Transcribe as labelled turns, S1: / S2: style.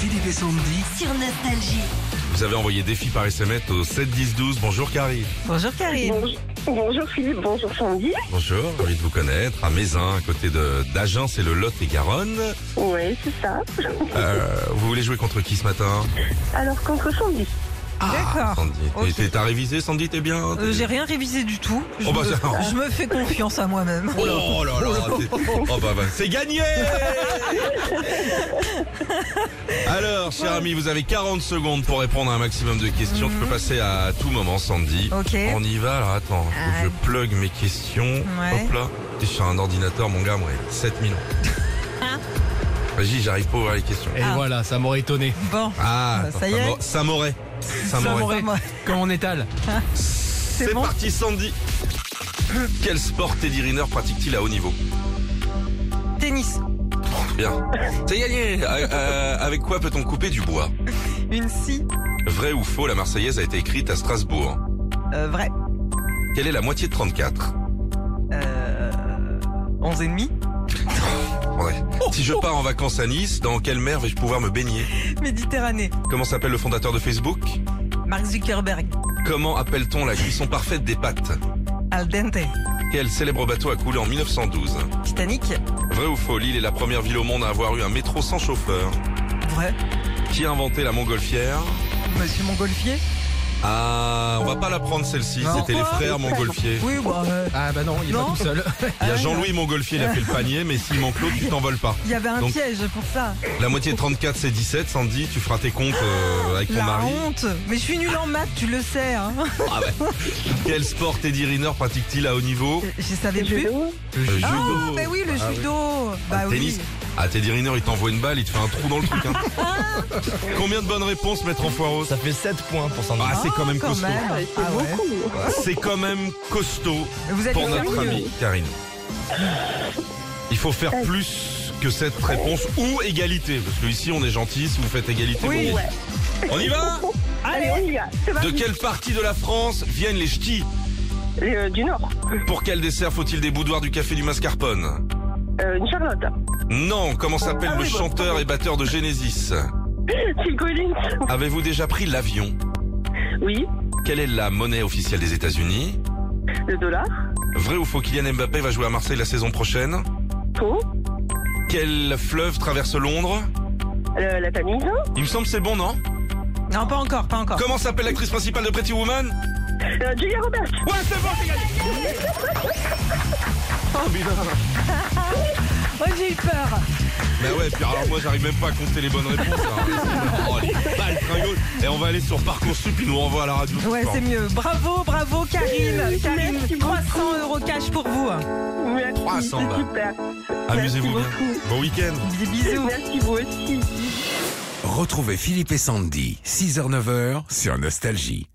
S1: Philippe et Sandy.
S2: sur Nostalgie.
S3: Vous avez envoyé défi par SMS au 7 10 12. Bonjour Carrie.
S4: Bonjour Karine.
S5: Bonjour, bonjour Philippe, bonjour Sandy.
S3: Bonjour, envie de vous connaître. À Mézin, à côté de d'Agen, c'est le Lot et Garonne.
S5: Oui, c'est ça.
S3: Euh, vous voulez jouer contre qui ce matin
S5: Alors, contre Sandy.
S3: Ah.
S4: D'accord.
S3: Sandy.
S4: Ok.
S3: T'es- T'as révisé Sandy, t'es bien
S4: Euh, J'ai rien révisé du tout. Je,
S3: Oh bah, ça-
S4: me, je me fais confiance à moi-même.
S3: Oh là là, t'es- oh bah, bah, c'est gagné Alors, cher ami, vous avez 40 secondes pour répondre à un maximum de questions. Tu peux passer à tout moment, Sandy.
S4: Mhm. Ok.
S3: On y va, alors attends, faut que
S4: Ah.
S3: je plug mes questions.
S4: Ouais.
S3: Hop là, t'es sur un ordinateur, mon gars, moi, 7000 ans.
S4: Hein
S3: Vas-y, j'arrive pas à ouvrir les questions.
S6: Et
S4: Ah.
S6: voilà, ça m'aurait étonné.
S4: Bon.
S3: Ah,
S4: Bah,
S3: attends,
S4: ça y est.
S3: ça m'aurait. Ça m'aurait.
S4: m'aurait. Moi.
S6: Quand on étale.
S3: C'est
S4: bon
S3: parti, Sandy. Quel sport Teddy Riner pratique-t-il à haut niveau
S4: Tennis.
S3: Bien. C'est gagné. Euh, euh, avec quoi peut-on couper du bois
S4: Une scie.
S3: Vrai ou faux, la Marseillaise a été écrite à Strasbourg.
S4: Euh, vrai.
S3: Quelle est la moitié de 34
S4: Euh, 11 et demi.
S3: Ouais. Si je pars en vacances à Nice, dans quelle mer vais-je pouvoir me baigner
S4: Méditerranée.
S3: Comment s'appelle le fondateur de Facebook
S4: Mark Zuckerberg.
S3: Comment appelle-t-on la cuisson parfaite des pâtes
S4: Al dente.
S3: Quel célèbre bateau a coulé en 1912
S4: Titanic.
S3: Vrai ou faux, Lille est la première ville au monde à avoir eu un métro sans chauffeur.
S4: Vrai.
S3: Qui a inventé la montgolfière
S4: Monsieur Montgolfier.
S3: Ah, on va pas la prendre celle-ci,
S6: Non.
S3: c'était les
S4: Pourquoi
S3: frères montgolfier.
S4: Oui, bah. euh,
S6: Ah bah non, il est
S4: Non.
S6: pas tout seul.
S3: Il y
S4: Ah
S3: a
S4: ouais,
S3: Jean-Louis Montgolfier, il a fait le panier, mais Simon Claude, tu t'envoles pas.
S4: Il y avait un
S3: Donc-
S4: piège pour ça.
S3: La moitié de 34, c'est 17. Sandy, tu feras tes comptes euh, avec ton
S4: La
S3: mari.
S4: honte. Mais je suis nulle en maths, tu le sais. hein.
S3: Quel sport Teddy Riner pratique-t-il à haut niveau
S4: Je savais
S5: Le
S4: plus.
S5: judo.
S3: Le
S4: Ah,
S3: judo.
S4: mais oui, le
S3: Ah,
S4: judo. Bah
S3: Ah, le
S4: oui.
S3: tennis. Ah, Teddy Riner, il t'envoie une balle, il te fait un trou dans le truc. hein. Combien de bonnes réponses, Maître Enfoireux
S6: fait 7 points pour Sandy.
S3: Ah, c'est quand même
S4: Ah,
S3: costaud.
S4: même.
S5: Ah, c'est
S4: Ah ouais.
S5: beaucoup.
S3: C'est quand même costaud
S4: Vous êtes
S3: pour
S4: sérieux
S3: notre amie Karine. Il faut faire plus que cette réponse ou égalité. Parce que ici, on est gentil. Si vous faites égalité,
S4: Oui,
S3: vous gagnez. On y va
S5: Allez, on y va. C'est
S3: De
S5: parti.
S3: quelle partie de la France viennent les ch'tis
S5: Euh, du Nord.
S3: Pour quel dessert faut-il des boudoirs du café du mascarpone
S5: Euh, une Charlotte.
S3: Non, comment s'appelle
S5: Ah
S3: le
S5: oui, bah,
S3: chanteur et batteur de Genesis
S5: Phil Collins.
S3: Avez-vous déjà pris l'avion
S5: Oui,
S3: Quelle est la monnaie officielle des États-Unis
S5: le dollar.
S3: Vrai ou faux, Kylian Mbappé va jouer à Marseille la saison prochaine
S5: Faux.
S3: Quel fleuve traverse Londres
S5: Euh, la Tamise.
S3: Il me semble que c'est bon, non
S4: Non, pas encore, pas encore.
S3: Comment s'appelle l'actrice principale de Pretty Woman
S5: Euh, Julia Roberts.
S3: Ouais, c'est bon, c'est gagné Oh putain
S4: Oh, j'ai eu peur.
S3: Bah ouais, puis alors moi j'arrive même pas à compter les bonnes réponses. hein. Oh, les balles tringaules. Et on va aller sur Parcoursup, il nous renvoie à la radio.
S4: Ouais, c'est mieux. Bravo, bravo, Karine.
S5: Oui,
S4: Karine,
S5: merci
S4: 300 euros cash pour vous.
S5: Merci.
S3: 300
S5: c'est
S3: balles.
S5: super.
S3: Amusez-vous bien.
S5: Merci
S3: Bon week-end.
S4: Des bisous.
S5: Merci vous aussi.
S1: Retrouvez Philippe et Sandy, 6h-9h sur Nostalgie.